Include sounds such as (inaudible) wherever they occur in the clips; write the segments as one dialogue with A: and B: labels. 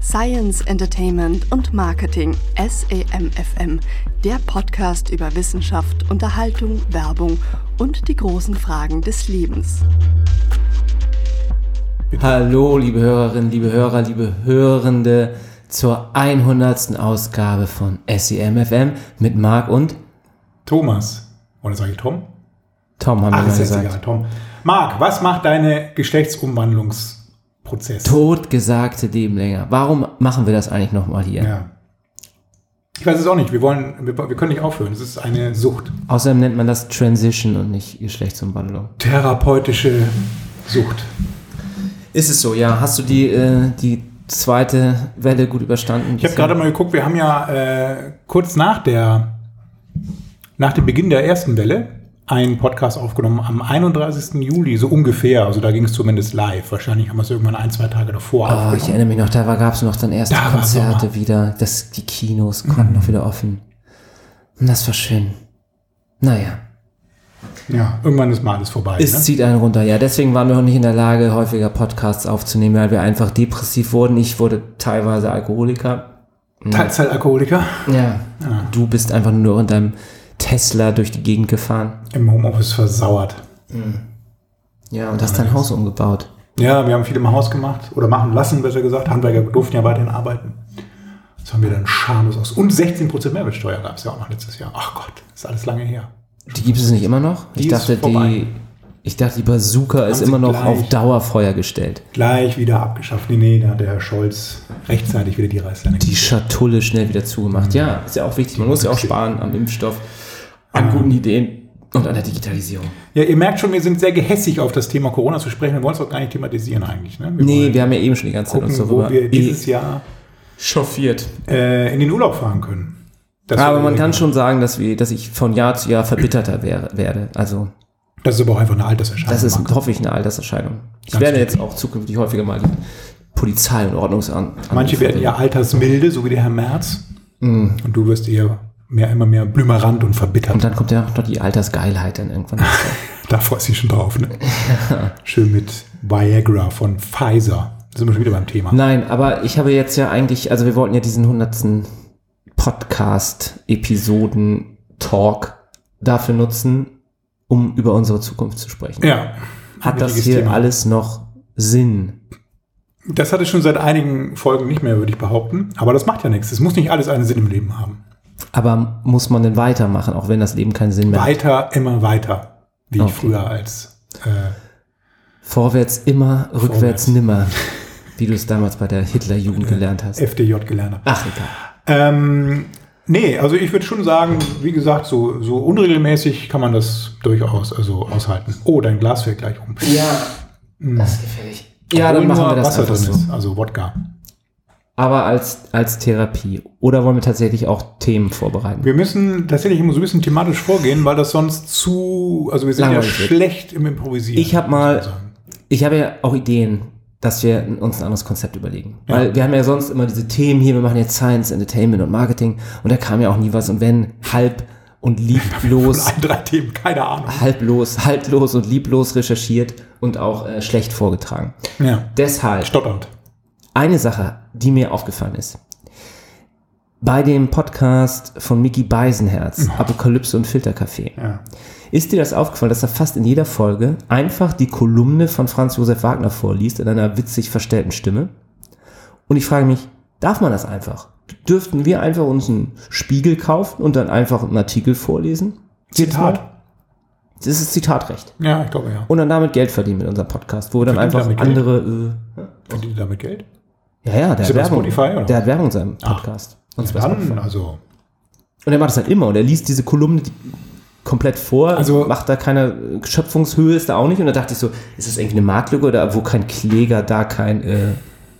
A: Science, Entertainment und Marketing, E SEMFM, der Podcast über Wissenschaft, Unterhaltung, Werbung und die großen Fragen des Lebens.
B: Hallo, liebe Hörerinnen, liebe Hörer, liebe Hörende, zur 100. Ausgabe von E SEMFM mit Marc und
C: Thomas. Oder sage ich Tom?
B: Tom, haben wir
C: Ach,
B: mal
C: ist jetzt
B: gesagt.
C: egal, Tom. Marc, was macht deine Geschlechtsumwandlungsprozess?
B: Totgesagte Leben länger. Warum machen wir das eigentlich nochmal hier?
C: Ja. Ich weiß es auch nicht. Wir wollen, wir, wir können nicht aufhören. Es ist eine Sucht.
B: Außerdem nennt man das Transition und nicht Geschlechtsumwandlung.
C: Therapeutische Sucht.
B: Ist es so, ja. Hast du die, äh, die zweite Welle gut überstanden?
C: Ich habe gerade mal geguckt, wir haben ja äh, kurz nach der nach dem Beginn der ersten Welle einen Podcast aufgenommen am 31. Juli, so ungefähr. Also da ging es zumindest live. Wahrscheinlich haben wir es irgendwann ein, zwei Tage davor
B: Oh, ich erinnere mich noch, da gab es noch dann erste
C: Da war's Mhm.
B: Konzerte
C: nochmal.
B: wieder. Das, die Kinos konnten noch wieder offen. Und das war schön. Naja,
C: Ja, irgendwann ist mal alles vorbei. ne?
B: es zieht einen runter. Ja, deswegen waren wir noch nicht in der Lage, häufiger Podcasts aufzunehmen, weil wir einfach depressiv wurden. Ich wurde teilweise Alkoholiker.
C: ne? Teilzeitalkoholiker
B: Ja.
C: Ah.
B: Du bist einfach nur in deinem Tesla durch die Gegend gefahren.
C: im Homeoffice versauert.
B: Ja, und hast dein Haus umgebaut.
C: Ja, wir haben viel im Haus gemacht oder machen lassen, besser gesagt. Handwerker durften ja weiterhin arbeiten. Das haben wir dann schamlos aus. Und 16% Mehrwertsteuer gab es ja auch noch letztes Jahr. Ach Gott, ist alles lange her.
B: Die gibt es nicht immer noch? ich
C: Die ist
B: dachte,
C: vorbei.
B: die, ich dachte, die Bazooka ist
C: sie
B: immer noch
C: gleich.
B: auf Dauerfeuer gestellt.
C: Gleich wieder abgeschafft. Nee, nee, da hat der Herr Scholz rechtzeitig wieder die Reißleine.
B: die Schatulle schnell wieder zugemacht. Ja, ist ja auch wichtig. Man muss ja auch sparen am Impfstoff, an guten Ideen und an der Digitalisierung.
C: Ja, ihr merkt schon, wir sind sehr gehässig auf das Thema Corona zu sprechen. Wir wollen es auch gar nicht thematisieren eigentlich. Ne? Wir
B: Nee,
C: wollen
B: wir haben ja eben schon die ganze Zeit uns
C: gucken, wo
B: darüber
C: wir
B: eh
C: dieses Jahr
B: chauffiert.
C: äh, in den Urlaub fahren können. Das
B: Aber
C: war-
B: man kann schon sagen, dass, wir, dass ich von Jahr zu Jahr verbitterter wäre, werde. Also
C: Das ist aber auch einfach eine Alterserscheinung.
B: das ist,
C: Marc.
B: hoffe ich, eine Alterserscheinung. Ich
C: Ganz
B: werde
C: typisch.
B: jetzt auch zukünftig häufiger mal die Polizei und Ordnungsamt.
C: Manche werden ja altersmilde, so wie der Herr Merz. Und du wirst eher mehr, immer mehr blümerant und verbittert.
B: Mm. (laughs) Und dann kommt ja noch die Altersgeilheit dann irgendwann.
C: (laughs) Da freust du dich schon drauf, ne? Schön mit Viagra von Pfizer. Da sind wir schon wieder beim Thema.
B: Nein, aber ich habe jetzt ja eigentlich, also wir wollten ja diesen 100. Podcast-Episoden-Talk dafür nutzen, um über unsere Zukunft zu sprechen.
C: Ja.
B: Hat das
C: wichtiges
B: hier
C: Thema.
B: alles noch Sinn?
C: Das hatte ich schon seit einigen Folgen nicht mehr, würde ich behaupten. Aber das macht ja nichts. Es muss nicht alles einen Sinn im Leben haben.
B: Aber muss man denn weitermachen, auch wenn das Leben keinen Sinn mehr hat?
C: Weiter, immer weiter. Wie
B: Okay.
C: ich früher als. Äh,
B: Vorwärts immer, rückwärts
C: Vorwärts.
B: nimmer, wie du es damals bei der Hitlerjugend gelernt hast.
C: Äh, FDJ-Gelerner.
B: Ach, egal.
C: Ähm, nee, also ich würde schon sagen, wie gesagt, so, so unregelmäßig kann man das durchaus also aushalten. Oh, dein Glas fällt gleich um.
B: Ja, das gefällig. Ja,
C: Hm. Obwohl
B: dann machen
C: nur
B: wir das
C: Wasser
B: einfach
C: drin
B: so.
C: ist, also Wodka.
B: Aber als, als Therapie. Oder wollen wir tatsächlich auch Themen vorbereiten?
C: Wir müssen tatsächlich immer so ein bisschen thematisch vorgehen, weil das sonst zu, also wir sind
B: Langweilig
C: ja
B: wird.
C: schlecht im Improvisieren. Also
B: Ich hab mal-
C: muss man sagen.
B: Ich habe ja auch Ideen, dass wir uns ein anderes Konzept überlegen. Weil wir haben ja sonst immer diese Themen hier, wir machen jetzt Science, Entertainment und Marketing und da kam ja auch nie was. Und wenn halb und
C: (laughs)
B: lieblos,
C: Ein, drei Themen, keine Ahnung.
B: halblos, haltlos und lieblos recherchiert und auch äh, schlecht vorgetragen.
C: Ja,
B: Deshalb
C: stotternd.
B: eine Sache, die mir aufgefallen ist. Bei dem Podcast von Mickey
C: Mhm.
B: Beisenherz, Apokalypse und Filterkaffee,
C: Ja.
B: ist dir das aufgefallen, dass er fast in jeder Folge einfach die Kolumne von Franz Josef Wagner vorliest in einer witzig verstellten Stimme? Und ich frage mich, darf man das einfach? Dürften wir einfach uns einen Spiegel kaufen und dann einfach einen Artikel vorlesen?
C: Zitat.
B: Das ist Zitatrecht.
C: Ja, ich glaube ja.
B: Und dann damit Geld verdienen mit unserem Podcast, wo wir dann
C: Verdient
B: einfach
C: damit Geld?
B: andere.
C: Verdient ihr damit Geld?
B: Äh, ja, ja, der
C: Ist
B: hat,
C: er bei
B: Werbung,
C: Spotify, oder? Ah.
B: der hat Werbung in seinem Podcast. Und, zwar-
C: Dann, also,
B: und er macht das halt immer und er liest diese Kolumne die komplett vor, also
C: Also-
B: macht da keine äh, Schöpfungshöhe, ist da auch nicht. Und da dachte ich so, ist das irgendwie eine Marktlücke oder wo kein Kläger, da kein, äh,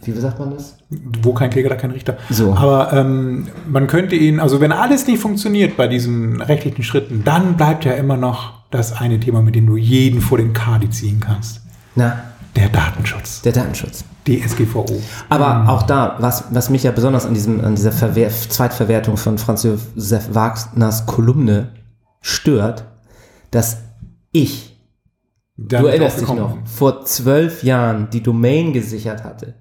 B: wie sagt man das?
C: wo kein Kläger, da kein Richter.
B: So.
C: Aber ähm, man könnte ihn, also wenn alles nicht funktioniert bei diesen rechtlichen Schritten, dann bleibt ja immer noch das eine Thema, mit dem du jeden vor den Kadi ziehen kannst.
B: Na,
C: Der Datenschutz.
B: der Datenschutz.
C: DSGVO.
B: Aber
C: Hm.
B: auch da, was, was mich ja besonders an, diesem, an dieser Verwer Zweitverwertung von Franz Josef Wagners Kolumne stört, dass ich
C: Dann
B: du erinnerst dich
C: draufgekommen.
B: noch, vor zwölf Jahren die Domain gesichert hatte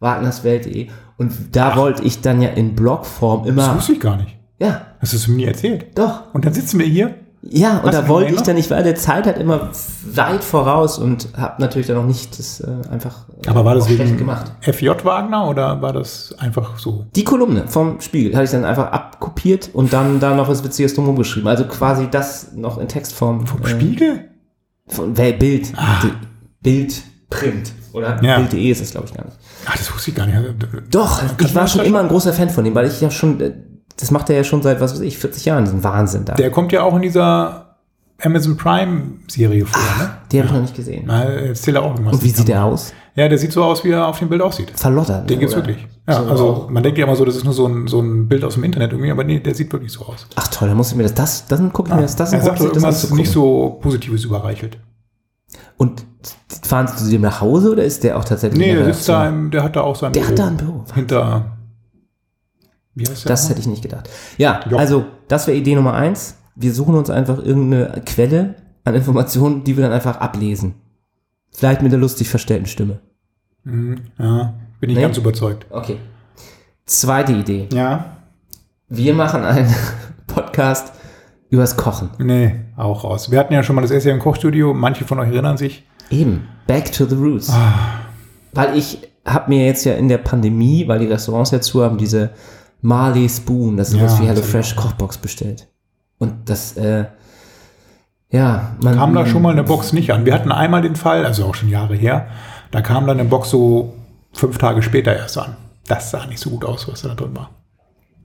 B: Wagners Welt.de. E Und da wollte ich dann ja in Blogform
C: Das
B: immer.
C: wusste ich gar nicht.
B: Ja,
C: Das hast du mir nie erzählt.
B: doch.
C: Und dann sitzen wir hier.
B: Ja, und
C: Hast du
B: da
C: noch
B: wollte
C: eine
B: ich dann, ich war der Zeit halt immer weit voraus und habe natürlich dann auch nicht das äh, einfach äh,
C: Aber war das
B: auch schlecht
C: wegen
B: gemacht.
C: FJ Wagner oder war das einfach so?
B: Die Kolumne vom Spiegel hatte ich dann einfach abkopiert und dann da noch was Witziges drumherum geschrieben. Also quasi das noch in Textform. äh,
C: Vom Spiegel? Ah.
B: Von, Wel- Bild. Die- Bild. Print. Oder
C: Ja.
B: Bild.de ist das, glaube ich, gar nicht.
C: Ach, das wusste ich gar nicht. Also,
B: Doch,
C: kann
B: ich war
C: man
B: schon
C: das
B: immer ein großer Fan von dem, weil ich ja schon, äh, das macht er ja schon seit, was weiß ich, 40 Jahren, diesen Wahnsinn da.
C: Der kommt ja auch in dieser Amazon Prime-Serie vor, ne?
B: Die habe ich noch nicht gesehen.
C: Na, erzähl da auch irgendwas.
B: Und wie sieht der aus?
C: Ja, der sieht so aus, wie er auf dem Bild aussieht.
B: Verlottert. ne?
C: Den gibt's
B: oder?
C: wirklich. Ja,
B: So-
C: also man denkt ja immer so, das ist nur so ein, so ein Bild aus dem Internet irgendwie, aber nee, der sieht wirklich so aus.
B: Ach toll, dann muss ich mir das, das dann gucke ich mir das, das
C: er
B: und
C: sagt so
B: das
C: irgendwas
B: anzugucken.
C: nicht so Positives überreichelt.
B: Also Und fahren Sie zu dem nach Hause oder ist der auch tatsächlich
C: Nee,
B: in
C: der sitzt
B: Redaktion?
C: da, im, der hat da auch sein
B: Der hat da ein Büro.
C: Hinter, wie heißt der?
B: Das hätte ich nicht gedacht. Ja,
C: Ja.
B: also das wäre Idee Nummer eins. Wir suchen uns einfach irgendeine Quelle an Informationen, die wir dann einfach ablesen. Vielleicht mit der lustig verstellten Stimme.
C: Mhm, ja, bin ich
B: Nee.
C: ganz überzeugt.
B: Okay. Zweite Idee.
C: Ja?
B: Wir machen einen (laughs) Podcast übers Kochen.
C: Nee, auch raus. Wir hatten ja schon mal das Essay im Kochstudio, manche von euch erinnern sich.
B: Eben. Back to the roots.
C: Ah.
B: Weil ich habe mir jetzt ja in der Pandemie, weil die Restaurants ja zu haben, diese Marley Spoon, das ist
C: Ja,
B: was wie
C: das
B: Hello
C: hab ich
B: Fresh Kochbox bestellt. Und das, äh, ja, man.
C: kam da schon mal eine Box nicht an. Wir hatten einmal den Fall, also auch schon Jahre her, da kam dann eine Box so fünf Tage später erst an. Das sah nicht so gut aus, was da drin war.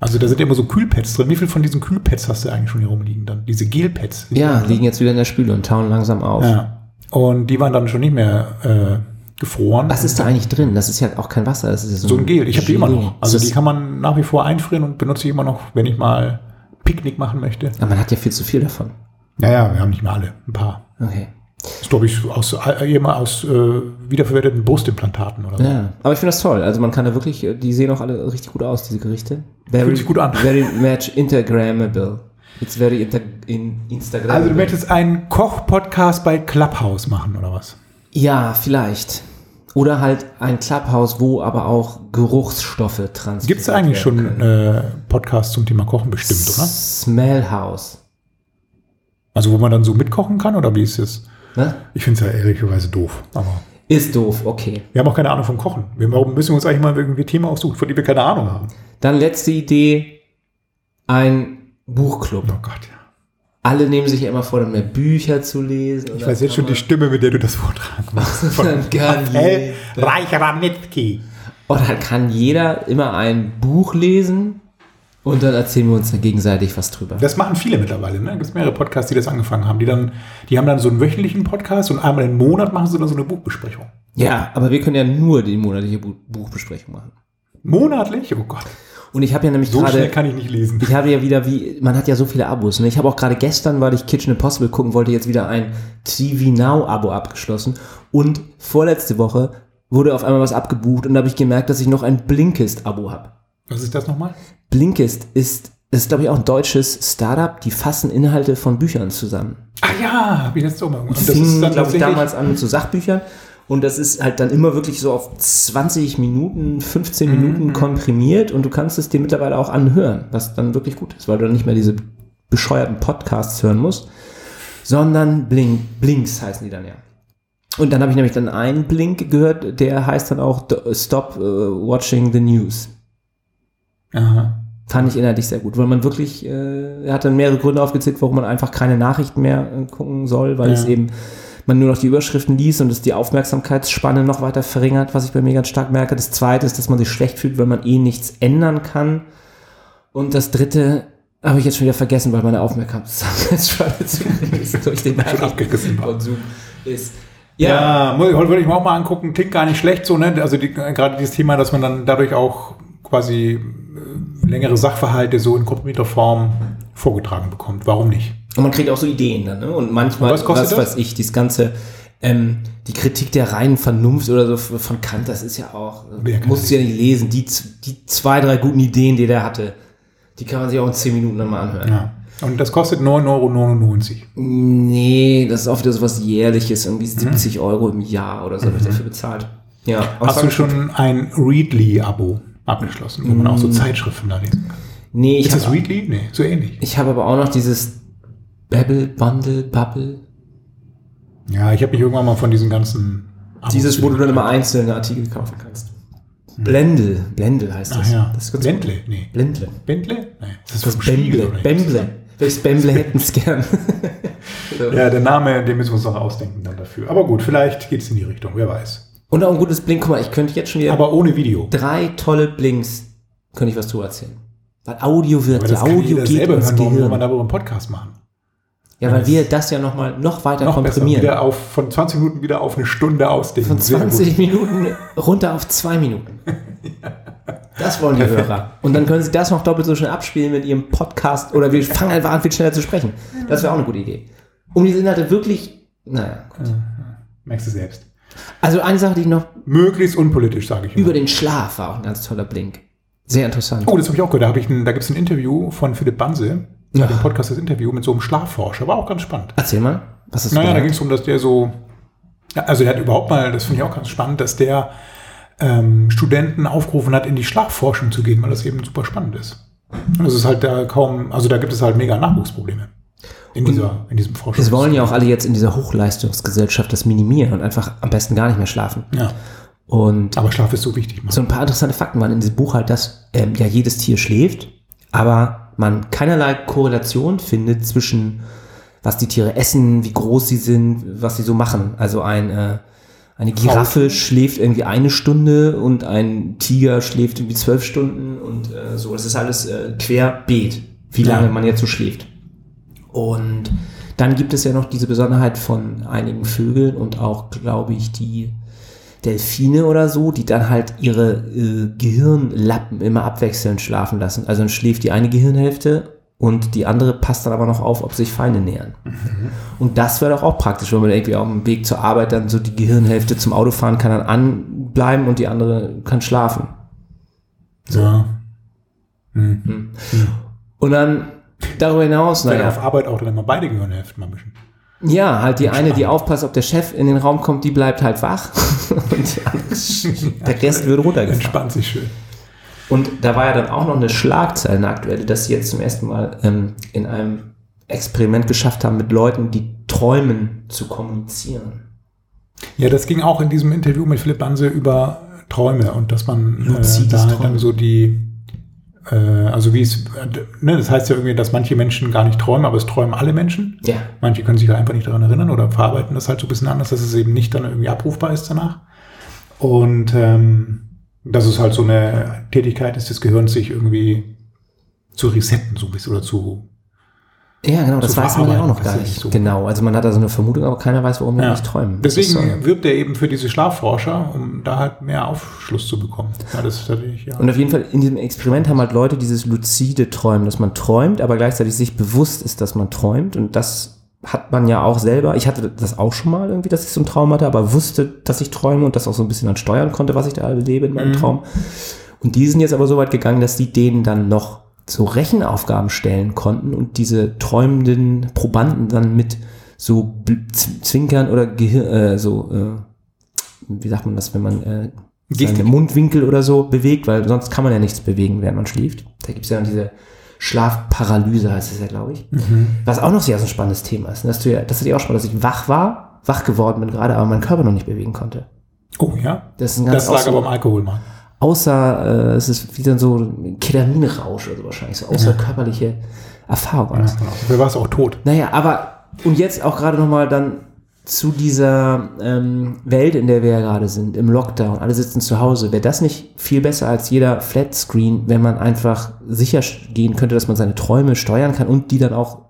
C: Also da sind immer so Kühlpads drin. Wie viel von diesen Kühlpads hast du eigentlich schon hier rumliegen dann? Diese Gelpads.
B: Ja, liegen jetzt wieder in der Spüle und tauen langsam auf.
C: ja. Und die waren dann schon nicht mehr äh, gefroren.
B: Was ist da eigentlich drin? Das ist ja auch kein Wasser, das ist ja so,
C: so ein Gel. Ich habe die immer
B: Gelee.
C: noch. Also
B: Das
C: die
B: ist-
C: kann man nach wie vor einfrieren und benutze ich immer noch, wenn ich mal Picknick machen möchte.
B: Aber man hat ja viel zu viel davon.
C: Naja, wir haben nicht mehr alle. Ein paar.
B: Okay.
C: Das glaube ich aus, äh, immer aus äh, wiederverwerteten Brustimplantaten oder so.
B: Ja, aber ich finde das toll. Also man kann da wirklich, äh, die sehen auch alle richtig gut aus, diese Gerichte. Very,
C: sich gut an.
B: Very much Instagrammable. It's very inter in Instagrammable.
C: Also du möchtest einen Koch-Podcast bei Clubhouse machen, oder was?
B: ja, vielleicht. Oder halt ein Clubhouse, wo aber auch Geruchsstoffe transportiert
C: Gibt es eigentlich
B: werden
C: schon
B: können.
C: äh, Podcasts zum Thema Kochen bestimmt, oder?
B: Smellhouse.
C: Also wo man dann so mitkochen kann, oder wie ist das?
B: Ne?
C: Ich finde es ja ehrlicherweise doof. Aber
B: Ist doof, okay.
C: wir haben auch keine Ahnung vom Kochen. Wir, warum müssen wir uns eigentlich mal irgendwie Themen aussuchen, von denen wir keine Ahnung haben?
B: Dann letzte Idee, ein Buchclub.
C: Oh Gott.
B: Alle nehmen sich ja immer vor, dann mehr Bücher zu lesen.
C: Ich weiß jetzt schon die Stimme, mit der du das vortragen machst. Von
B: Garnier.
C: L. Reich Ranitzky.
B: Und dann kann jeder immer ein Buch lesen und dann erzählen wir uns dann gegenseitig was drüber.
C: Das machen viele mittlerweile. Ne? Gibt mehrere Podcasts, die das angefangen haben. Die, dann, die haben dann so einen wöchentlichen Podcast und einmal im Monat machen sie dann so eine Buchbesprechung.
B: Ja, aber wir können ja nur die monatliche Bu Buchbesprechung machen.
C: Monatlich? Oh Gott.
B: Und ich habe ja nämlich
C: So schnell
B: gerade,
C: kann ich nicht lesen.
B: ich habe ja wieder wie, man hat ja so viele Abos. Ne? Ich habe auch gerade gestern, weil ich Kitchen Impossible gucken wollte, jetzt wieder ein TV Now Abo abgeschlossen. Und vorletzte Woche wurde auf einmal was abgebucht und da habe ich gemerkt, dass ich noch ein Blinkist Abo habe.
C: Was ist das nochmal?
B: Blinkist ist, ist glaube ich auch ein deutsches Startup, die fassen Inhalte von Büchern zusammen.
C: Ah ja, hab ich letztes Jahr mal gemacht. Das
B: fing,
C: ist
B: glaube
C: dann
B: ich,
C: tatsächlich
B: damals an mit so Sachbüchern. Und das ist halt dann immer wirklich so auf 20 Minuten, 15
C: Mhm,
B: Minuten komprimiert und du kannst es dir mittlerweile auch anhören, was dann wirklich gut ist, weil du dann nicht mehr diese bescheuerten Podcasts hören musst, sondern Blink, Blinks heißen die dann ja. Und dann habe ich nämlich dann einen Blink gehört, der heißt dann auch D- Stop äh, Watching the News.
C: Aha.
B: Fand ich inhaltlich sehr gut, weil man wirklich, äh, er hat dann mehrere Gründe aufgezählt, warum man einfach keine Nachrichten mehr äh, gucken soll, weil
C: Ja.
B: es eben, man nur noch die Überschriften liest und es die Aufmerksamkeitsspanne noch weiter verringert, was ich bei mir ganz stark merke. Das zweite ist, dass man sich schlecht fühlt, weil man eh nichts ändern kann. Und das dritte habe ich jetzt schon wieder vergessen, weil meine Aufmerksamkeitsspanne (laughs) zumindest durch den
C: Schon abgerissen war.
B: Nachrichtenkonsum ist. Ja,
C: Ja, muss ich- heute würde ich mir auch mal angucken. Klingt gar nicht schlecht so, ne? Also die, gerade dieses Thema, dass man dann dadurch auch quasi äh, längere Sachverhalte so in komprimierter Form vorgetragen bekommt. Warum nicht?
B: und man kriegt auch so Ideen dann. Ne? Und manchmal,
C: Und was kostet das?
B: weiß ich, dieses ganze, ähm, die Kritik der reinen Vernunft oder so f- von Kant, das ist ja auch,
C: Wer kann
B: musst du ja nicht lesen. Die, z- die zwei, drei guten Ideen, die der hatte, die kann man sich auch in zehn Minuten dann mal anhören.
C: Ja. Und das kostet 9,99 Euro. Mhm.
B: Nee, das ist auch wieder so was Jährliches, irgendwie 70 Euro im Jahr oder so habe ich dafür bezahlt. Ja, aus
C: Hast du schon ein Readly-Abo abgeschlossen, wo man auch so Zeitschriften da lesen kann?
B: nee, Mm. ich
C: Ist das
B: habe
C: Readly? Nee, so ähnlich.
B: hab aber auch noch dieses Babble, Bundle, Bubble.
C: Ja, ich habe mich irgendwann mal von diesen ganzen Abos
B: Dieses, wo du dann
C: gelöst.
B: immer einzelne Artikel kaufen kannst. Blendel, Blendel heißt
C: Mhm. Ach
B: das.
C: ja.
B: das ist ganz
C: Bentley?
B: Gut.
C: Nee.
B: Blendle.
C: Bentley? Nee. Ist
B: Das
C: vom
B: ist
C: Spiegel
B: Bemble.
C: oder nicht?
B: Bemble. Welches Bemble hätten es gern? (laughs)
C: Ja, der Name, den müssen wir uns noch ausdenken dann dafür. Aber gut, vielleicht geht es in die Richtung, wer weiß.
B: Und auch ein gutes Blink. Guck mal, ich könnte jetzt schon wieder
C: Aber ohne Video.
B: drei tolle Blinks, könnte ich was zu erzählen. Weil Audio wird,
C: Aber
B: ja,
C: das kann
B: Audio
C: jeder
B: geht
C: selber
B: ins
C: hören, warum soll man
B: Gehirn.
C: darüber einen Podcast machen?
B: Ja, weil wir das ja noch mal noch weiter
C: Noch besser,
B: komprimieren.
C: wieder auf, von 20 Minuten wieder auf eine Stunde ausdehnen.
B: Von
C: Sehr gut.
B: 20 Minuten runter auf zwei
C: (laughs)
B: Minuten. Das wollen die Hörer. Und dann können sie das noch doppelt so schnell abspielen mit ihrem Podcast oder wir fangen einfach an, viel schneller zu sprechen. Das wäre auch eine gute Idee. Um diese Inhalte wirklich, naja. gut.
C: Merkst du selbst.
B: Also eine Sache, die ich noch
C: Möglichst unpolitisch, sage ich immer.
B: über den Schlaf war auch ein ganz toller Blink. Sehr interessant.
C: Genau. Oh, das habe ich auch gehört. Da, hab ich ein, da gibt es ein Interview von Philipp Banse,
B: Ja.
C: dem Podcast das Interview mit so einem Schlafforscher. War auch ganz spannend.
B: Erzähl mal, was ist
C: Naja, da ging es um, dass der so, ja, also der hat überhaupt mal, das finde ich auch ganz spannend, dass der ähm, Studenten aufgerufen hat, in die Schlafforschung zu gehen, weil das eben super spannend ist. Und das ist halt da kaum, also da gibt es halt mega Nachwuchsprobleme in, dieser, in diesem Forschung.
B: Das wollen ja auch alle jetzt in dieser Hochleistungsgesellschaft das minimieren und einfach am besten gar nicht mehr schlafen.
C: Ja,
B: Und
C: aber Schlaf ist so wichtig. Mann.
B: so ein paar interessante Fakten waren in diesem Buch halt, dass ähm, ja jedes Tier schläft, aber man keinerlei Korrelation findet zwischen was die Tiere essen, wie groß sie sind, was sie so machen. Also ein, äh, eine Giraffe schläft irgendwie eine Stunde und ein Tiger schläft irgendwie zwölf Stunden und äh, so. Das ist alles äh, querbeet, wie
C: Ja.
B: lange man jetzt so schläft. Und dann gibt es ja noch diese Besonderheit von einigen Vögeln und auch, glaube ich, die Delfine oder so, die dann halt ihre äh, Gehirnlappen immer abwechselnd schlafen lassen. Also dann schläft die eine Gehirnhälfte und die andere passt dann aber noch auf, ob sich Feinde nähern. Und das wäre doch auch praktisch, wenn man irgendwie auf dem Weg zur Arbeit dann so die Gehirnhälfte zum Auto fahren kann, dann anbleiben und die andere kann schlafen.
C: Ja. Hm.
B: Und dann darüber hinaus,
C: Wenn
B: naja,
C: auf Arbeit auch dann immer beide Gehirnhälften mal mischen.
B: Ja, halt die eine, die aufpasst, ob der Chef in den Raum kommt, die bleibt halt wach. (laughs) Und die andere, sch- der Rest wird runtergefahren.
C: Entspannt sich schön.
B: Und da war ja dann auch noch eine Schlagzeile, eine aktuelle, dass sie jetzt zum ersten Mal ähm, in einem Experiment geschafft haben, mit Leuten, die träumen, zu kommunizieren.
C: Ja, das ging auch in diesem Interview mit Philipp Banse über Träume und dass man äh,
B: Luzides
C: da
B: Träumen.
C: dann so die, äh, also wie es, äh, ne, das heißt ja irgendwie, dass manche Menschen gar nicht träumen, aber es träumen alle Menschen.
B: Ja.
C: Manche können sich halt einfach nicht daran erinnern oder verarbeiten das halt so ein bisschen anders, dass es eben nicht dann irgendwie abrufbar ist danach. Und ähm, dass es halt so eine Tätigkeit ist des Gehirns, sich irgendwie zu resetten so ein bisschen oder zu,
B: Ja, genau, das
C: Zu
B: weiß man ja auch noch
C: verarbeiten,
B: gar
C: das ist
B: nicht.
C: so.
B: Genau, also man hat also eine Vermutung, aber keiner weiß, warum wir nicht träumen. Das ist
C: Deswegen
B: so.
C: wirbt er eben für diese Schlafforscher, um da halt mehr Aufschluss zu bekommen. Ja, das ist natürlich, ja.
B: Und auf jeden Fall in diesem Experiment haben halt Leute dieses luzide Träumen, dass man träumt, aber gleichzeitig sich bewusst ist, dass man träumt. Und das hat man ja auch selber. Ich hatte das auch schon mal irgendwie, dass ich so einen Traum hatte, aber wusste, dass ich träume und das auch so ein bisschen dann steuern konnte, was ich da erlebe in meinem Traum. Und die sind jetzt aber so weit gegangen, dass die denen dann noch so Rechenaufgaben stellen konnten und diese träumenden Probanden dann mit so bl- z- Zwinkern oder Gehir äh, so, äh, wie sagt man das, wenn man äh,
C: Gestik.
B: seine Mundwinkel oder so bewegt, weil sonst kann man ja nichts bewegen, während man schläft. Da gibt's ja dann diese Schlafparalyse, heißt es ja, glaube ich.
C: Mhm.
B: Was auch noch sehr so ein spannendes Thema ist. ne, Dass du ja, das hatte ich auch schon mal, dass ich wach war, wach geworden bin gerade, aber meinen Körper noch nicht bewegen konnte.
C: Oh ja.
B: Das ist ein ganz
C: Das lag
B: außer-
C: aber am Alkoholmarkt.
B: außer äh, es ist wieder so ein Ketaminrausch oder so wahrscheinlich,
C: Mhm.
B: so außerkörperliche Erfahrung. alles.
C: Dafür war es genau. auch tot.
B: Naja, aber und jetzt auch gerade nochmal dann zu dieser ähm, Welt, in der wir ja gerade sind, im Lockdown, alle sitzen zu Hause, wäre das nicht viel besser als jeder Flatscreen, wenn man einfach sicher sch- gehen könnte, dass man seine Träume steuern kann und die dann auch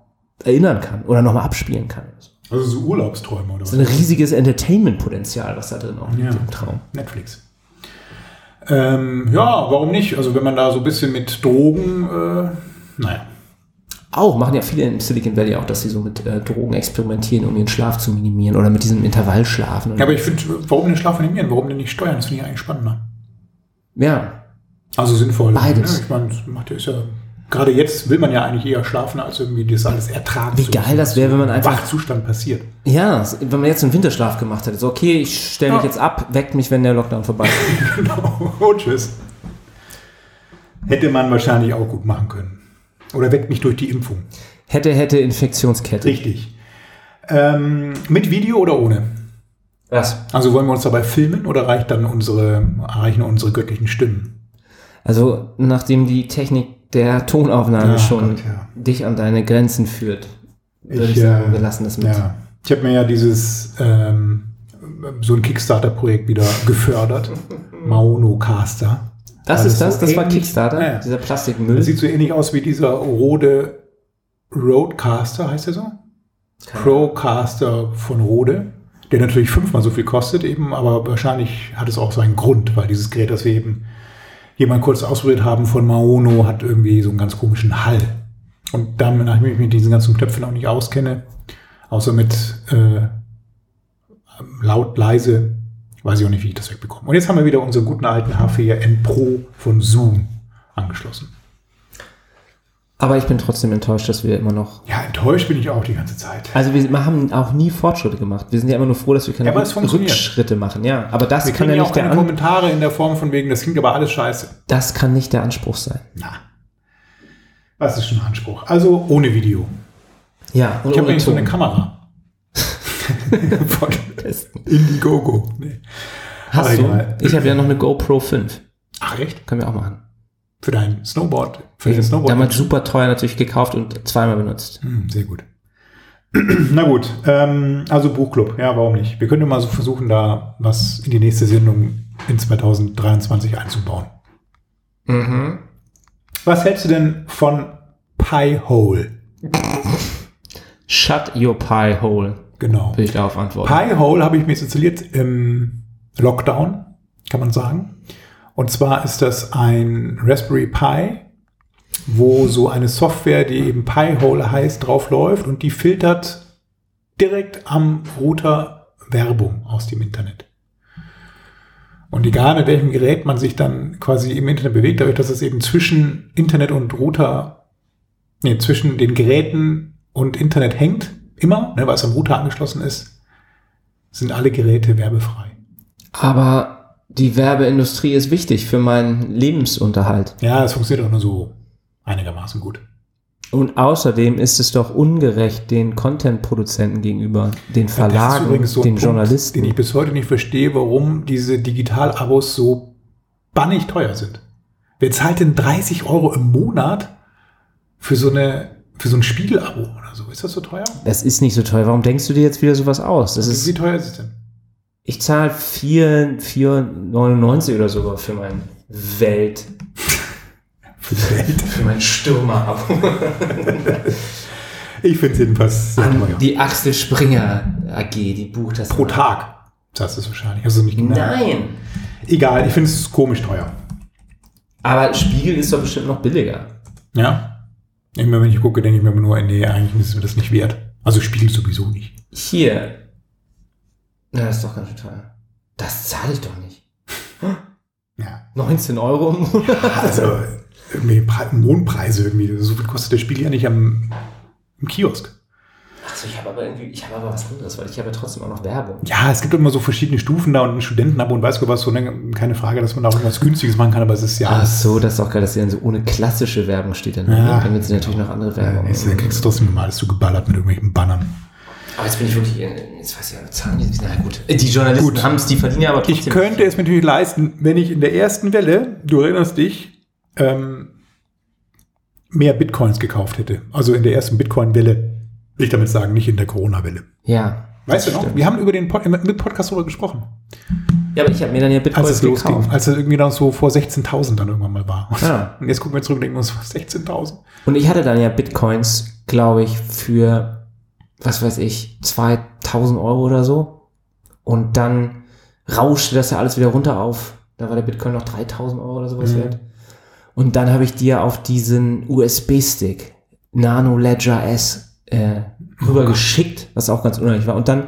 B: erinnern kann oder nochmal abspielen kann.
C: Also so Urlaubsträume oder
B: So ein riesiges Entertainment-Potenzial, was da drin auch liegt
C: Ja.
B: im Traum.
C: Netflix. Ähm, ja, warum nicht? Also wenn man da so ein bisschen mit Drogen, äh, naja.
B: Auch, machen ja viele im Silicon Valley auch, dass sie so mit äh, Drogen experimentieren, um ihren Schlaf zu minimieren oder mit diesem Intervallschlafen. Und,
C: Ja, aber ich finde, warum den Schlaf animieren? Warum denn nicht steuern? Das finde ich eigentlich spannender.
B: ja,
C: Also sinnvoll.
B: Beides.
C: Ne? Ich meine, das macht ja, ist ja, gerade jetzt will man ja eigentlich eher schlafen, als irgendwie das alles ertragen
B: Wie
C: zu
B: geil
C: müssen,
B: das
C: was
B: wäre, wenn man
C: im
B: einfach-
C: Wachzustand passiert. (laughs)
B: Ja, wenn man jetzt einen Winterschlaf gemacht hätte, so okay, ich stelle mich
C: Ja.
B: jetzt ab, weckt mich, wenn der Lockdown vorbei
C: (laughs)
B: ist.
C: Genau. Und tschüss. Hätte man wahrscheinlich auch gut machen können. Oder weckt mich durch die Impfung.
B: hätte, hätte Infektionskette.
C: Richtig. Ähm, mit Video oder ohne?
B: Was?
C: Also wollen wir uns dabei filmen oder reicht dann unsere, reichen unsere göttlichen Stimmen?
B: Also, nachdem die Technik der Tonaufnahme
C: Ah,
B: schon
C: Gott, ja.
B: dich an deine Grenzen führt, würde ich,
C: äh,
B: sagen, wir lassen das mit.
C: Ja. Ich habe mir ja dieses ähm, so ein Kickstarter-Projekt wieder
B: (laughs)
C: gefördert. Maunocaster.
B: Das
C: Also
B: ist das,
C: so
B: das war
C: ähnlich-
B: Kickstarter,
C: Ja, ja.
B: dieser
C: Das
B: Plastikmüll.
C: sieht so ähnlich aus wie dieser Rode Roadcaster, heißt der so? Procaster von Rode, der natürlich fünfmal so viel kostet eben, aber wahrscheinlich hat es auch seinen Grund, weil dieses Gerät, das wir eben jemand kurz ausprobiert haben von Maono, hat irgendwie so einen ganz komischen Hall. Und damit, nachdem ich mich mit diesen ganzen Knöpfen auch nicht auskenne, außer mit äh, laut, leise, weiß ich auch nicht, wie ich das wegbekomme. Und jetzt haben wir wieder unseren guten alten H4N Pro von Zoom angeschlossen.
B: Aber ich bin trotzdem enttäuscht, dass wir immer noch.
C: Ja, enttäuscht bin ich auch die ganze Zeit.
B: Also wir wir haben auch nie Fortschritte gemacht. Wir sind ja immer nur froh, dass wir keine
C: Ja, aber es
B: Rück-
C: funktioniert.
B: Rückschritte machen. Ja, aber das
C: Wir
B: kann
C: kriegen
B: ja
C: ja auch
B: nicht der
C: keine
B: An
C: Kommentare in der Form von wegen, das klingt aber alles scheiße.
B: das kann nicht der Anspruch sein.
C: Na. Was ist schon ein Anspruch? Also ohne Video.
B: Ja, und
C: Ich habe
B: ohne
C: nämlich so eine
B: Ton. (laughs)
C: Kamera. Von
B: Testen.
C: Indiegogo. Nee.
B: Hast du?
C: egal.
B: Ich habe ja noch eine GoPro 5.
C: Ach echt?
B: Können wir auch machen.
C: Für dein Snowboard. Für
B: Wir
C: dein Snowboard.
B: damals super teuer natürlich gekauft und zweimal benutzt.
C: Hm, sehr gut. (clears throat) Na gut, ähm, also Buchclub, ja, warum nicht? Wir können mal so versuchen, da was in die nächste Sendung in 2023 einzubauen.
B: Mhm.
C: Was hältst du denn von Piehole?
B: Shut your pie hole,
C: Genau.
B: will ich darauf antworten.
C: Piehole habe ich mir jetzt installiert im Lockdown, kann man sagen. Und zwar ist das ein Raspberry Pi, wo so eine Software, die eben Piehole heißt, drauf läuft und die filtert direkt am Router Werbung aus dem Internet. Und egal mit welchem Gerät man sich dann quasi im Internet bewegt, dadurch, dass es eben zwischen Internet und Router, nee, zwischen den Geräten und Internet hängt, immer, ne, weil es am Router angeschlossen ist, sind alle Geräte werbefrei.
B: Aber die Werbeindustrie ist wichtig für meinen Lebensunterhalt.
C: Ja, es funktioniert auch nur so einigermaßen gut.
B: Und außerdem ist es doch ungerecht den Content-Produzenten gegenüber, den
C: Das ist
B: Verlagen,
C: übrigens so ein
B: den
C: Punkt, Den
B: Journalisten.
C: ich bis heute nicht verstehe, warum diese Digital-Abos so bannig teuer sind. Wer zahlt denn 30 Euro im Monat für so, eine, für so ein Spiegel-Abo oder so? Ist das so teuer?
B: Das ist nicht so teuer. Warum denkst du dir jetzt wieder sowas aus? Das
C: Wie
B: ist,
C: teuer ist es denn?
B: ich zahle 4 4,99 oder sogar für mein Welt,
C: Für die Welt.
B: für mein Stürmer-Abo.
C: Ich finde es jedenfalls sehr teuer.
B: Die Axel Springer AG, die bucht das.
C: Pro
B: mal.
C: Tag. Das ist wahrscheinlich. Hast du nicht gemerkt?
B: Nein!
C: Egal, ich finde es komisch teuer.
B: Aber Spiegel ist doch bestimmt noch billiger.
C: Ja. Immer wenn ich gucke, denke ich mir immer nur, nee, eigentlich ist mir das nicht wert. Also Spiegel sowieso nicht.
B: Hier. Na, das ist doch ganz schön teuer. Das zahle ich doch nicht.
C: (laughs) Ja.
B: 19 Euro im Monat.
C: Also irgendwie Pre Mondpreise irgendwie. So viel kostet der Spiegel ja nicht am im Kiosk.
B: Achso, ich habe aber irgendwie, ich habe aber was anderes, weil ich habe ja trotzdem auch noch Werbung.
C: Ja, es gibt immer so verschiedene Stufen da und ein Studentenabo und weiß Gott was. So, ne? Keine Frage, dass man da auch irgendwas Günstiges machen kann, aber es ist ja.
B: Ach so, das ist auch geil, dass sie dann so ohne klassische Werbung steht. Dann,
C: Ja.
B: dann wird sie natürlich noch andere
C: Ja,
B: Werbung.
C: ist, da kriegst du trotzdem immer alles so geballert mit irgendwelchen Bannern.
B: aber jetzt bin ich wirklich, in- jetzt weiß ich ja, zahlen die, na gut. Die Journalisten
C: Gut.
B: haben es, die verdienen ja aber trotzdem.
C: es mir natürlich leisten, wenn ich in der ersten Welle, du erinnerst dich, ähm, mehr Bitcoins gekauft hätte. Also in der ersten Bitcoin-Welle, will ich damit sagen, nicht in der Corona-Welle.
B: Ja.
C: Weißt du
B: das
C: noch?
B: stimmt.
C: Wir haben über den Pod äh, mit Podcast darüber gesprochen.
B: Ja, aber ich habe mir dann ja
C: Als
B: Bitcoins
C: es losging,
B: gekauft.
C: als es irgendwie dann so vor 16.000 dann irgendwann mal war.
B: Ja.
C: Und jetzt gucken wir zurück und denken uns, was, 16.000?
B: Und ich hatte dann ja Bitcoins, glaube ich, für, was weiß ich, 2000 Euro oder so. Und dann rauschte das ja alles wieder runter auf. Da war der Bitcoin noch 3000 Euro oder sowas
C: Mhm.
B: wert. Und dann habe ich dir auf diesen USB-Stick Nano Ledger S
C: Oh
B: äh, rübergeschickt, was auch ganz unheimlich war. Und dann,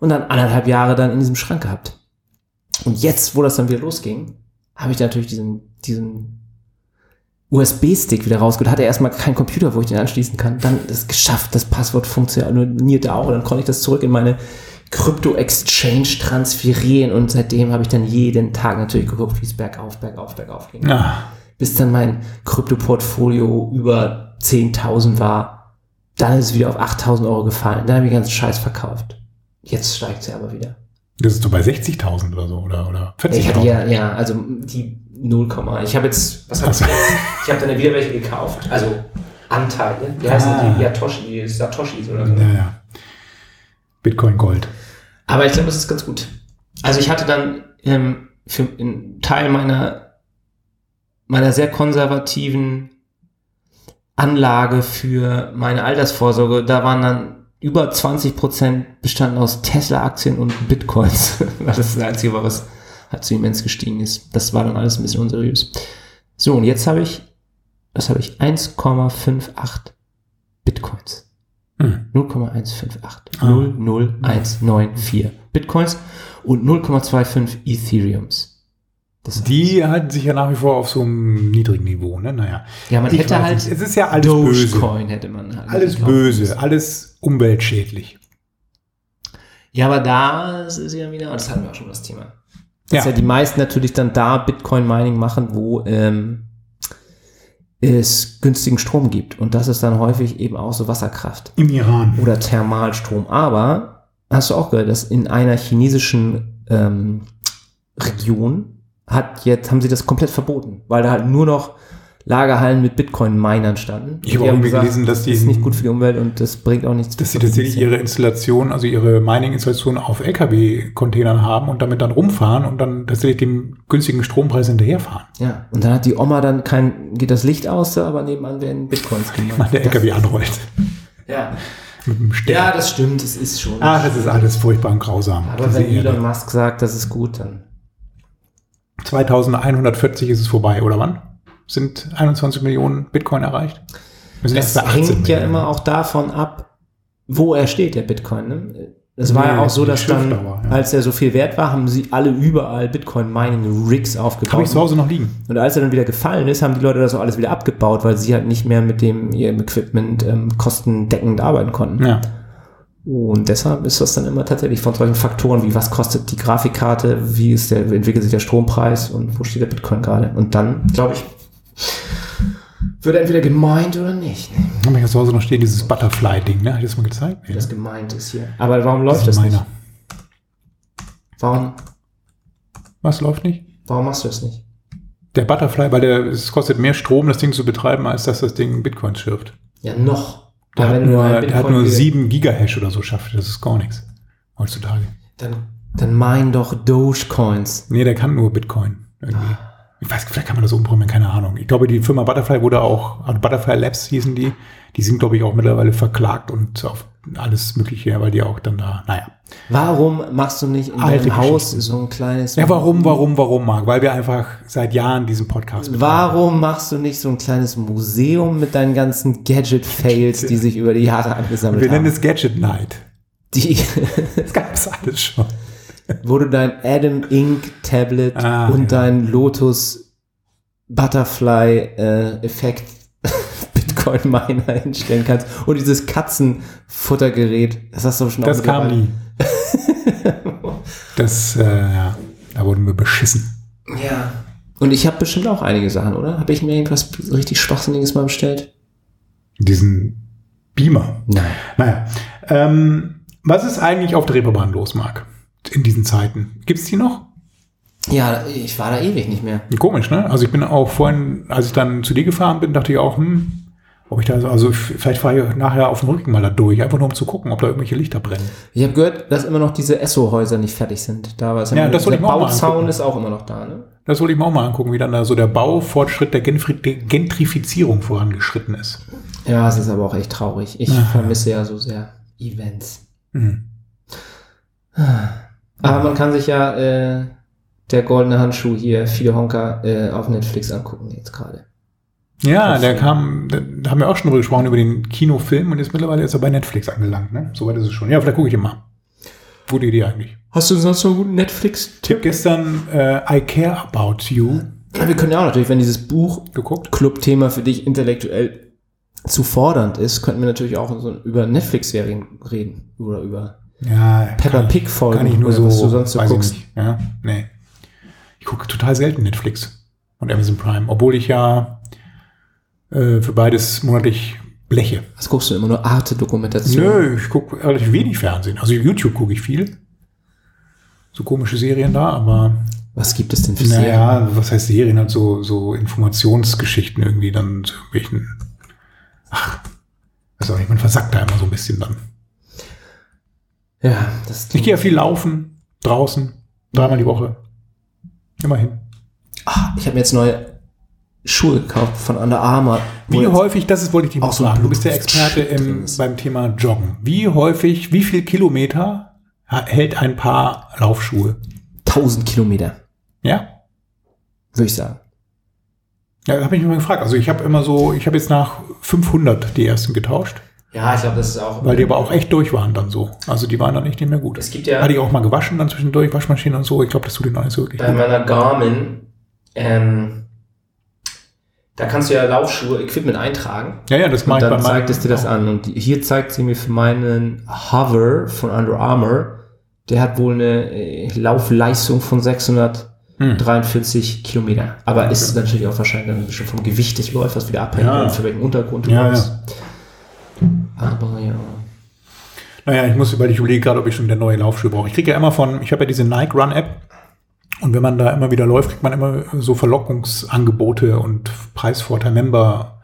B: und dann anderthalb Jahre dann in diesem Schrank gehabt. Und jetzt, wo das dann wieder losging, habe ich natürlich diesen, diesen USB-Stick wieder rausgeholt. Hatte erstmal keinen Computer, wo ich den anschließen kann. Dann ist es geschafft. Das Passwort funktionierte auch. Und dann konnte ich das zurück in meine Krypto-Exchange transferieren. Und seitdem habe ich dann jeden Tag natürlich geguckt, wie es bergauf, bergauf, bergauf ging.
C: Ja.
B: Bis dann mein Krypto-Portfolio über 10.000 war. Dann ist es wieder auf 8.000 Euro gefallen. Dann habe ich den ganzen Scheiß verkauft. Jetzt steigt sie aber wieder.
C: Das ist so bei 60.000 oder so, oder, oder
B: Ich hatte
C: 40.000.
B: ja, ja, also die 0, ich habe jetzt, was habe ich
C: Ach so.
B: jetzt? Ich habe dann wieder welche gekauft, also Anteile. Wie heißen
C: Ah.
B: die? Yatoshi, die Satoshis oder so.
C: Ja, ja. Bitcoin Gold.
B: Aber ich glaube, das ist ganz gut. Also ich hatte dann ähm, für einen Teil meiner, meiner sehr konservativen Anlage für meine Altersvorsorge, da waren dann über 20 Prozent bestanden aus Tesla-Aktien und Bitcoins. (laughs) Weil das ist das Einzige, war, was halt zu immens gestiegen ist. Das war dann alles ein bisschen unseriös. So, und jetzt habe ich, was habe ich? 1,58 Bitcoins.
C: Hm.
B: 0,158,
C: Ah.
B: 00194 Bitcoins und 0,25 Ethereums. Das
C: Die halten sich ja nach wie vor auf so einem niedrigen Niveau, ne? Naja.
B: ja, man
C: Ich
B: hätte
C: weiß
B: halt
C: nicht. Es ist ja alles böse.
B: Dogecoin hätte man halt
C: Alles
B: gekauft.
C: böse, alles umweltschädlich.
B: Ja, aber da ist es ja wieder, das hatten wir auch schon das Thema. Dass ja.
C: Ja.
B: die meisten natürlich dann da Bitcoin-Mining machen, wo ähm, es günstigen Strom gibt. Und das ist dann häufig eben auch so Wasserkraft.
C: Im Iran.
B: oder Thermalstrom. Aber hast du auch gehört, dass in einer chinesischen ähm, Region hat jetzt, haben sie das komplett verboten, weil da halt nur noch Lagerhallen mit Bitcoin-Minern standen.
C: Ich
B: Die
C: habe auch
B: haben
C: irgendwie
B: gesagt,
C: gelesen, dass die-
B: Das ist nicht gut für die Umwelt und das bringt auch nichts.
C: Dass sie tatsächlich ihre Installation, also ihre Mining-Installation auf LKW-Containern haben und damit dann rumfahren und dann tatsächlich dem günstigen Strompreis hinterherfahren. (laughs)
B: Ja, und dann hat die Oma dann kein, geht das Licht aus, aber nebenan werden Bitcoins
C: Wenn
B: gemacht.
C: der LKW anrollt. (laughs)
B: Ja.
C: Mit dem Stern.
B: ja, das stimmt, das ist schon.
C: Ah, das ist alles furchtbar und grausam.
B: aber
C: diese
B: wenn
C: Erde.
B: Elon Musk sagt, das ist gut, dann
C: 2140 ist es vorbei, oder wann? Sind 21 Millionen Bitcoin erreicht? Wir sind
B: Es
C: erst bei 18
B: hängt ja
C: Millionen.
B: immer auch davon ab, wo er steht, der Bitcoin. Ne? Es war
C: Nee,
B: ja auch so,
C: die
B: dass dann,
C: Schiffdauer, ja.
B: als er so viel wert war, haben sie alle überall Bitcoin-Mining-Rigs
C: Habe ich zu
B: aufgebaut.
C: Hause noch liegen.
B: Und als er dann wieder gefallen ist, haben die Leute das auch alles wieder abgebaut, weil sie halt nicht mehr mit dem ihrem Equipment ähm, kostendeckend arbeiten konnten.
C: Ja.
B: Und deshalb ist das dann immer tatsächlich von solchen Faktoren wie, was kostet die Grafikkarte, wie ist der, entwickelt sich der Strompreis und wo steht der Bitcoin gerade. Und dann, glaube ich, wird entweder gemeint oder nicht. Ne?
C: Habe ich zu Hause noch stehen, dieses Butterfly-Ding, ne? Hat ich das mal gezeigt? Nee,
B: das gemeint ist hier. Aber warum läuft das,
C: das ist
B: nicht?
C: meiner.
B: Warum,
C: Was läuft nicht?
B: warum machst du das nicht?
C: Der Butterfly, weil der, es kostet mehr Strom, das Ding zu betreiben, als dass das Ding Bitcoins schürft.
B: Ja, noch.
C: Der
B: Aber
C: hat
B: wenn du
C: nur,
B: halt
C: der hat
B: Bitcoin
C: nur
B: will-
C: 7 Gigahash oder so schafft. Das ist gar nichts. Heutzutage.
B: Dann, dann mein doch Dogecoins.
C: Nee, der kann nur Bitcoin. Irgendwie. Ich weiß, vielleicht kann man das umprogrammieren, keine Ahnung. Ich glaube, die Firma Butterfly wurde auch, also Butterfly Labs hießen die, die sind, glaube ich, auch mittlerweile verklagt und auf alles Mögliche, weil die auch dann da, naja.
B: Warum machst du nicht in
C: Alte
B: deinem Haus
C: Geschichten.
B: so ein kleines...
C: Ja, warum, warum, warum, Marc? Weil wir einfach seit Jahren diesen Podcast
B: Warum machst du nicht so ein kleines Museum mit deinen ganzen
C: (laughs)
B: Gadget-Fails, die sich über die Jahre angesammelt
C: Wir nennen
B: haben?
C: es Gadget Night.
B: Die,
C: Das gab es alles schon.
B: wo du dein Adam Inc. Tablet
C: Ah,
B: und
C: ja.
B: dein Lotus Butterfly äh, Effekt (laughs) Bitcoin Miner hinstellen kannst und dieses Katzenfuttergerät, das hast du schon
C: Das
B: auch
C: kam (laughs)
B: mittlerweile-
C: nie. Das, äh, ja, da wurden wir beschissen.
B: Ja. Und ich habe bestimmt auch einige Sachen, oder? Habe ich mir irgendwas richtig Schwachsinniges mal bestellt?
C: Diesen Beamer.
B: Nein.
C: Naja. Ähm, was ist eigentlich auf der Reeperbahn los, Marc? In diesen Zeiten. Gibt es die noch?
B: Ja, ich war da ewig nicht mehr.
C: Komisch, ne? Also ich bin auch vorhin, als ich dann zu dir gefahren bin, dachte ich auch, hm, ob ich da, also f- vielleicht fahre ich nachher auf dem Rücken mal da durch, einfach nur um zu gucken, ob da irgendwelche Lichter brennen.
B: Ich habe gehört, dass immer noch diese Esso-Häuser nicht fertig sind. Da war es
C: Ja, das wollte
B: der
C: ich mir auch mal
B: Bauzaun
C: angucken.
B: ist auch immer noch da, ne?
C: Das wollte ich mir auch mal angucken, wie dann da so der Baufortschritt der Genfri- der Gentrifizierung vorangeschritten ist.
B: Ja, es ist aber auch echt traurig. Ich
C: Ja.
B: vermisse ja so sehr Events.
C: Hm.
B: Aber Ah, man kann sich ja äh, der goldene Handschuh hier, viele Honker, äh, auf Netflix angucken jetzt gerade.
C: Ja,
B: Das- äh,
C: der kam, da da haben wir auch schon drüber gesprochen, über den Kinofilm und ist mittlerweile ist er bei Netflix angelangt, ne? Soweit ist es schon. Ja, vielleicht gucke ich ihn mal. Gute Idee eigentlich.
B: Hast du sonst so einen guten Netflix-Tipp?
C: Tipp gestern äh, I Care About You
B: Wir können ja auch natürlich, wenn dieses Buch
C: geguckt?
B: Club-Thema für dich intellektuell zu fordernd ist, könnten wir natürlich auch so über Netflix-Serien reden oder über
C: Ja,
B: Peppa
C: kann-
B: Pig Folgen
C: Kann ich nur
B: oder
C: so,
B: was du sonst so
C: weiß ich
B: guckst.
C: nicht. Ja, nee. Ich gucke total selten Netflix und Amazon Prime, obwohl ich ja äh, für beides monatlich bleche.
B: Was guckst du immer nur Arte-Dokumentationen?
C: Nö, ich gucke relativ wenig Fernsehen. Also YouTube gucke ich viel. So komische Serien da, aber
B: Was gibt es denn für Serien?
C: naja, was heißt Serien? Halt so, so Informationsgeschichten irgendwie dann zu irgendwelchen. Ach, weiß auch nicht, man versackt da immer so ein bisschen dann.
B: Ja, das
C: Ich gehe ja viel laufen, draußen, dreimal die Woche. Immerhin.
B: Ah, ich habe mir jetzt neue Schuhe gekauft von Under Armour.
C: Wie
B: Wo-
C: häufig, das ist, wollte ich dich
B: Auch
C: noch
B: so
C: fragen. Du
B: Blut-
C: bist der Experte
B: drin
C: im,
B: ist.
C: beim Thema Joggen. Wie häufig, wie viel Kilometer ha- hält ein Paar Laufschuhe?
B: 1000 Kilometer,
C: Ja?
B: würde ich sagen.
C: Ja, habe ich mich mal gefragt. Also ich habe immer so, ich habe jetzt nach 500 die ersten getauscht,
B: Ja, ich glaube, das ist auch.
C: weil die aber auch echt durch waren dann so. Also die waren dann echt nicht mehr gut.
B: Es gibt ja-
C: Hatte ich auch mal gewaschen dann zwischendurch, Waschmaschine und so. Ich glaube, das tut denen auch nicht so wirklich
B: bei
C: gut.
B: meiner Garmin, ähm, da kannst du ja Laufschuhe, Equipment eintragen.
C: Ja, ja, das
B: Und
C: mache ich
B: dann
C: meinen-
B: zeigt es dir das an. Und die- hier zeigt sie mir für meinen Hover von Under Armour, der hat wohl eine äh, Laufleistung von
C: Hm.
B: 643 Kilometer. Aber ist natürlich auch wahrscheinlich dann ein bisschen vom Gewicht des Läufers wieder abhängig,
C: Ja.
B: und für welchen Untergrund du
C: Ja,
B: läufst. Aber ja.
C: Naja, ich muss, weil ich überlege gerade, ob ich schon wieder neue Laufschuhe brauche. Ich kriege ja immer von, ich habe ja diese Nike Run App und wenn man da immer wieder läuft, kriegt man immer so Verlockungsangebote und Preisvorteil, Member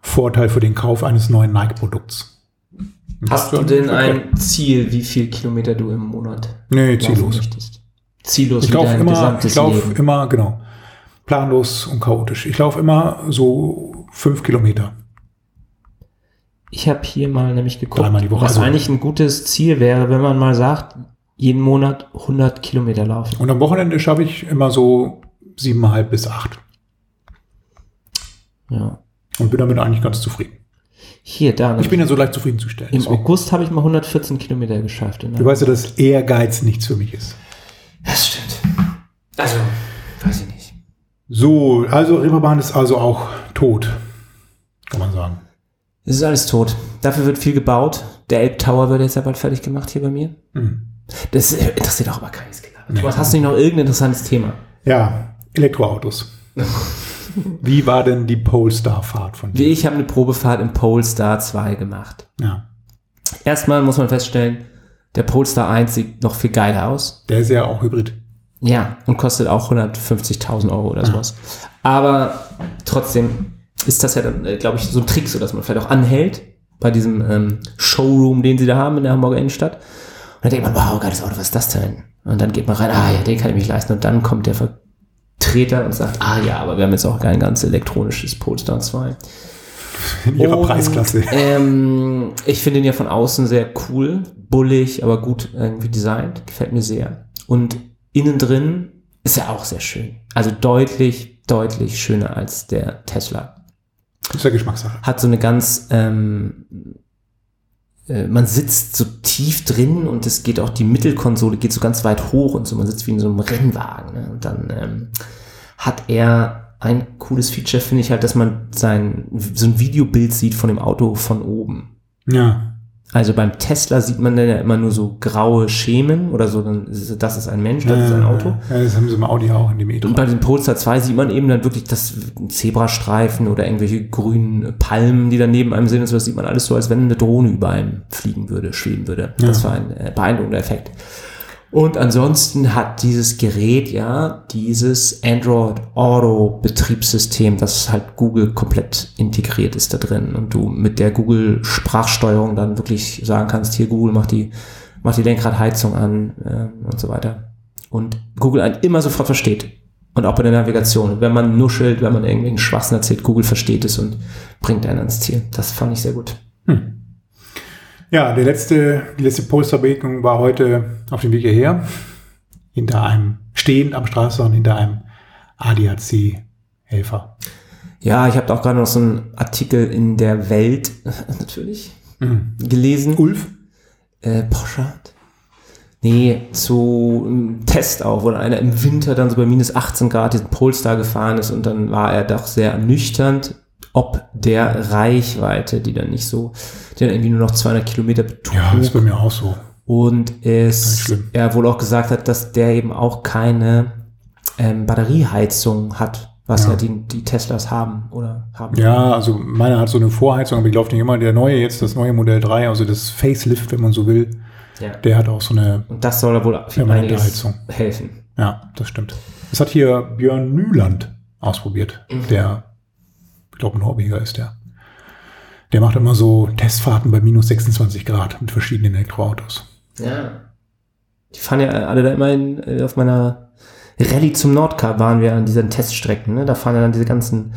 C: Vorteil für den Kauf eines neuen Nike Produkts. Und das
B: Hast du
C: wär-
B: denn
C: okay.
B: ein Ziel, wie viel Kilometer du im Monat
C: Nee,
B: laufen
C: ziellos.
B: möchtest? Genau, Ziellos
C: Ich
B: wie
C: laufe
B: dein
C: immer, ich
B: gesamtes
C: laufe
B: Leben.
C: immer, genau, planlos und chaotisch. Ich laufe immer so fünf Kilometer.
B: Ich habe hier mal nämlich geguckt,
C: Dreimal die Woche,
B: was
C: also-
B: eigentlich ein gutes Ziel wäre, wenn man mal sagt, jeden Monat 100 Kilometer laufen.
C: Und am Wochenende schaffe ich immer so siebeneinhalb bis acht
B: Ja.
C: und bin damit eigentlich ganz zufrieden.
B: Hier, da.
C: Ich bin ja so leicht zufriedenzustellen.
B: Im
C: deswegen.
B: August habe ich mal 114 Kilometer geschafft. In
C: Du weißt ja, dass Ehrgeiz nichts für mich ist.
B: das stimmt. Also, weiß ich nicht.
C: So, also Reeperbahn ist also auch tot, kann man sagen.
B: Es ist alles tot. Dafür wird viel gebaut. Der Elbtower wird jetzt ja bald fertig gemacht hier bei mir.
C: Hm.
B: Das äh, interessiert auch aber keines Gelaber.
C: Nee.
B: Thomas, hast du nicht noch irgendein interessantes Thema?
C: Ja, (laughs) Elektroautos. Wie war denn die Polestar-Fahrt von
B: Wie
C: dir?
B: ich habe eine Probefahrt im Polestar 2 gemacht.
C: Ja,
B: Erstmal muss man feststellen, der Polestar 1 sieht noch viel geiler aus.
C: der ist ja auch Hybrid.
B: Ja, und kostet auch 150.000 Euro oder sowas. Aber trotzdem ist das ja dann, glaube ich, so ein Trick, so dass man vielleicht auch anhält bei diesem ähm, Showroom, den sie da haben in der Hamburger Innenstadt. Und dann denkt man, wow, geiles Auto, was ist das denn? Und dann geht man rein, ah ja, den kann ich mich leisten. Und dann kommt der Vertreter und sagt, ah ja, aber wir haben jetzt auch kein ganz elektronisches Polestar 2.
C: In ihrer
B: Und,
C: Preisklasse.
B: Ähm, ich finde ihn ja von außen sehr cool, bullig, aber gut irgendwie designt. Gefällt mir sehr. Und innen drin ist er auch sehr schön. Also deutlich, deutlich schöner als der Tesla.
C: Ist ja Geschmackssache.
B: Hat so eine ganz, ähm, äh, man sitzt so tief drin und es geht auch die Mittelkonsole geht so ganz weit hoch und so. Man sitzt wie in so einem Rennwagen. Ne? Und dann ähm, hat er ein cooles Feature, finde ich halt, dass man sein, so ein Videobild sieht von dem Auto von oben.
C: Ja,
B: Also beim Tesla sieht man dann ja immer nur so graue Schemen oder so, dann ist, es- das ist ein Mensch, das ist ein
C: Ja,
B: Auto.
C: äh, Ja, das haben sie im Audi auch in dem
B: Und bei
C: e
B: dem Polestar 2 sieht man eben dann wirklich das Zebrastreifen oder irgendwelche grünen Palmen, die dann neben einem sind und so, das sieht man alles so, als wenn eine Drohne über einem fliegen würde, schweben würde. Das war ein äh, beeindruckender Effekt. Und ansonsten hat dieses Gerät ja dieses Android Auto Betriebssystem, das halt Google komplett integriert ist da drin und du mit der Google Sprachsteuerung dann wirklich sagen kannst, hier Google macht die, macht die Lenkradheizung an ähm, und so weiter. Und Google einen immer sofort versteht. Und auch bei der Navigation. Wenn man nuschelt, wenn man irgendwelchen Schwachsinn erzählt, Google versteht es und bringt einen ans Ziel. Das fand ich sehr gut.
C: Ja, der letzte, die letzte Polestar-Begegnung war heute auf dem Weg hierher. Hinter einem, stehend am Straßenrand, hinter einem ADAC-Helfer.
B: Ja, ich habe auch gerade noch so einen Artikel in der Welt, (laughs) natürlich,
C: Mhm.
B: gelesen.
C: Ulf?
B: äh, Porsche hat, Nee, zu einem Test auch, wo dann einer im Winter dann so bei minus 18 Grad diesen Polestar gefahren ist und dann war er doch sehr ernüchternd, ob der Reichweite, die dann nicht so, die dann irgendwie nur noch 200 Kilometer betrug.
C: Ja, ist bei mir auch so.
B: und
C: Nicht
B: es
C: schlimm.
B: er wohl auch gesagt hat, dass der eben auch keine ähm, Batterieheizung hat, was ja,
C: Ja.
B: die, die Teslas haben oder haben.
C: Ja, also meiner hat so eine Vorheizung, aber ich laufe nicht immer. Der neue jetzt, das neue Modell 3, also das Facelift, wenn man so will,
B: Ja.
C: der hat auch so eine,
B: Und das soll er wohl für
C: Permanente
B: einiges
C: Heizung.
B: helfen.
C: ja, das stimmt. Das hat hier Björn Nüland ausprobiert.
B: Mhm.
C: Der, ich glaube, Norweger ist der. Der macht immer so Testfahrten bei minus 26 Grad mit verschiedenen Elektroautos.
B: Ja. Die fahren ja alle da immer in, äh, auf meiner Rallye zum Nordkap waren wir an diesen Teststrecken. Ne? Da fahren ja dann diese ganzen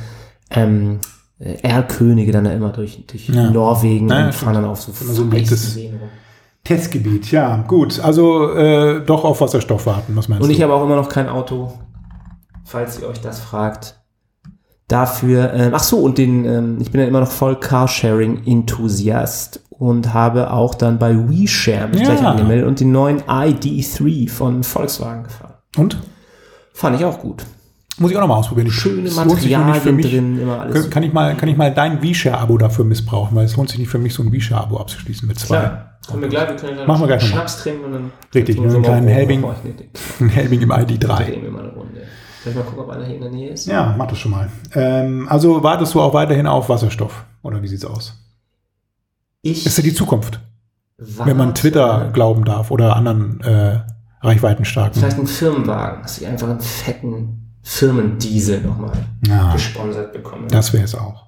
B: ähm, äh, R-Könige dann ja immer durch, durch
C: Ja.
B: Norwegen
C: Ja,
B: und
C: stimmt.
B: fahren dann auf so
C: Immer so
B: feisten
C: ein beliebtes-
B: Seen rum.
C: Testgebiet, ja, gut. Also äh, doch auf Wasserstoff warten, was meinst
B: Und
C: du?
B: ich habe auch immer noch kein Auto, falls ihr euch das fragt. Dafür, ähm, ach so, und den, ähm, ich bin ja immer noch voll Carsharing-Enthusiast und habe auch dann bei WeShare mich
C: Ja.
B: gleich angemeldet und den neuen ID3 von Volkswagen gefahren.
C: Und?
B: Fand ich auch gut.
C: Muss ich auch nochmal ausprobieren.
B: Schöne
C: Es lohnt sich nur nicht für
B: Materialien
C: mich.
B: drin, immer alles.
C: Kann, kann, ich mal, kann ich mal dein V-Share-Abo dafür missbrauchen, weil es lohnt sich nicht für mich, so ein V-Share-Abo abzuschließen mit zwei.
B: Klar. Kommen wir gleich, wir können dann
C: Machen wir gleich nochmal.
B: Schnaps trinken und dann.
C: Richtig,
B: trinken wir
C: nur einen
B: mal
C: kleinen
B: rum.
C: Helbing.
B: Mach ich nicht.
C: (laughs) Ein Helming im ID3.
B: Drehen wir mal eine Runde. Vielleicht mal gucken, ob einer hier in der Nähe ist.
C: Ja, mach das schon mal. Ähm, also wartest du auch weiterhin auf Wasserstoff? Oder wie sieht's aus?
B: Ich
C: Ist ja die Zukunft,
B: warte.
C: wenn man Twitter glauben darf oder anderen äh,
B: Vielleicht
C: reichweitenstarken.
B: einen Firmenwagen, dass ich einfach einen fetten Firmendiesel nochmal
C: Ja,
B: gesponsert bekomme.
C: das wäre es auch.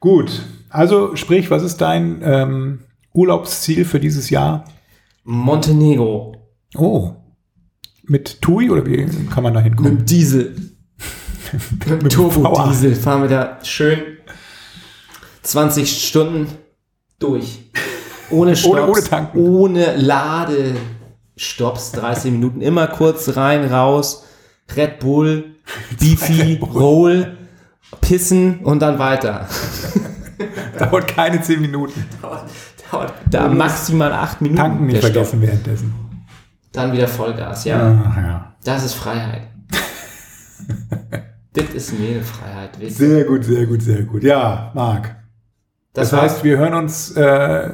C: Gut, also sprich, was ist dein ähm, Urlaubsziel für dieses Jahr?
B: Montenegro
C: Oh, mit TUI oder wie kann man da
B: mit
C: hinkommen?
B: dem
C: (laughs)
B: Diesel. mit dem
C: dem
B: Turbo-Diesel fahren wir da schön 20 Stunden durch. Ohne Stopps,
C: ohne tanken.
B: ohne Ladestopps, 30 Minuten, immer kurz rein, raus, Red Bull,
C: (laughs)
B: Beefy, Roll, pissen und dann weiter.
C: Dauert keine zehn Minuten.
B: Dauert da maximal 8 Minuten.
C: Tanken nicht
B: der Stopp.
C: vergessen währenddessen.
B: Dann wieder Vollgas, ja.
C: Ach, ja.
B: Das ist
C: (laughs)
B: Freiheit. das ist mir eine Freiheit. wisst ihr?
C: Sehr gut, sehr gut, sehr gut. Ja, Marc. Das,
B: war's.
C: heißt, wir hören uns äh,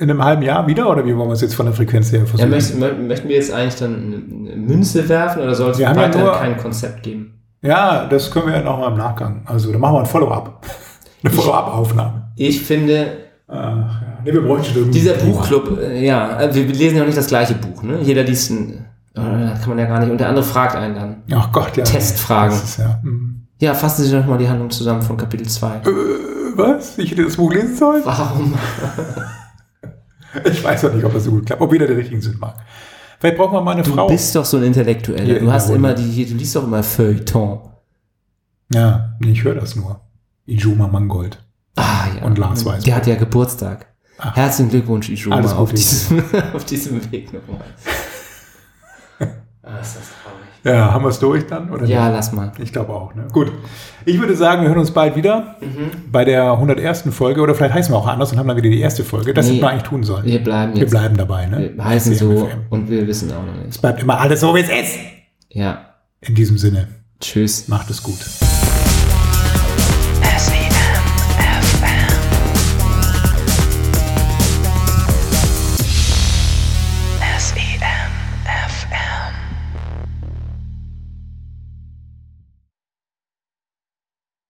C: in einem halben Jahr wieder oder wie wollen wir es jetzt von der Frequenz her
B: Ja,
C: versuchen?
B: möchten, mö- möchten wir jetzt eigentlich dann eine eine Münze werfen oder soll es
C: Wir haben ja
B: weiterhin
C: nur-
B: kein Konzept geben?
C: ja, das können wir ja nochmal im Nachgang. Also, dann machen wir ein Follow-up. (laughs) Eine Follow-up-Aufnahme.
B: Ich finde,
C: Ach ja. Nee, wir bräuchten schon irgendwie.
B: dieser Buchclub, äh, ja, äh, wir lesen ja auch nicht das gleiche Buch, ne? Jeder liest ein, äh, kann man ja gar nicht, und der andere fragt einen dann.
C: Ach Gott, ja.
B: Testfragen.
C: Das ist ja, hm.
B: Ja, fassen Sie doch mal die Handlung zusammen von Kapitel 2.
C: Äh, Was? Ich hätte das Buch lesen sollen?
B: Warum?
C: Ich weiß auch nicht, ob das so gut klappt. Ob jeder den richtigen Sinn mag. Vielleicht brauchen wir mal eine
B: Du
C: Frau.
B: bist doch so ein Intellektueller.
C: Ja,
B: du hast
C: jawohl.
B: immer die, hier- du liest doch immer Feuilleton.
C: ja, nee, ich höre das nur. Ijoma Mangold.
B: Ah, ja.
C: Und Lars Weißbrot.
B: Der hat ja Geburtstag.
C: Ach.
B: Herzlichen Glückwunsch, Ishuma,
C: Alles
B: auf
C: Gute.
B: diesem, (laughs) auf diesem Weg nochmal. ah, ist das traurig.
C: Ja, haben wir es durch dann? Oder
B: Ja, lass mal.
C: Ich glaube auch. Ne? Gut. Ich würde sagen, wir hören uns bald wieder
B: Mhm.
C: bei der 101. Folge oder vielleicht heißen wir auch anders und haben dann wieder die erste Folge. Das
B: Nee.
C: hätten wir eigentlich tun sollen.
B: Wir bleiben
C: Wir
B: jetzt.
C: bleiben dabei. Ne?
B: Wir heißen so
C: CMFM.
B: und wir wissen auch noch nicht.
C: Es bleibt immer alles so, wie es ist.
B: Ja,
C: In diesem Sinne,
B: tschüss.
C: macht es gut.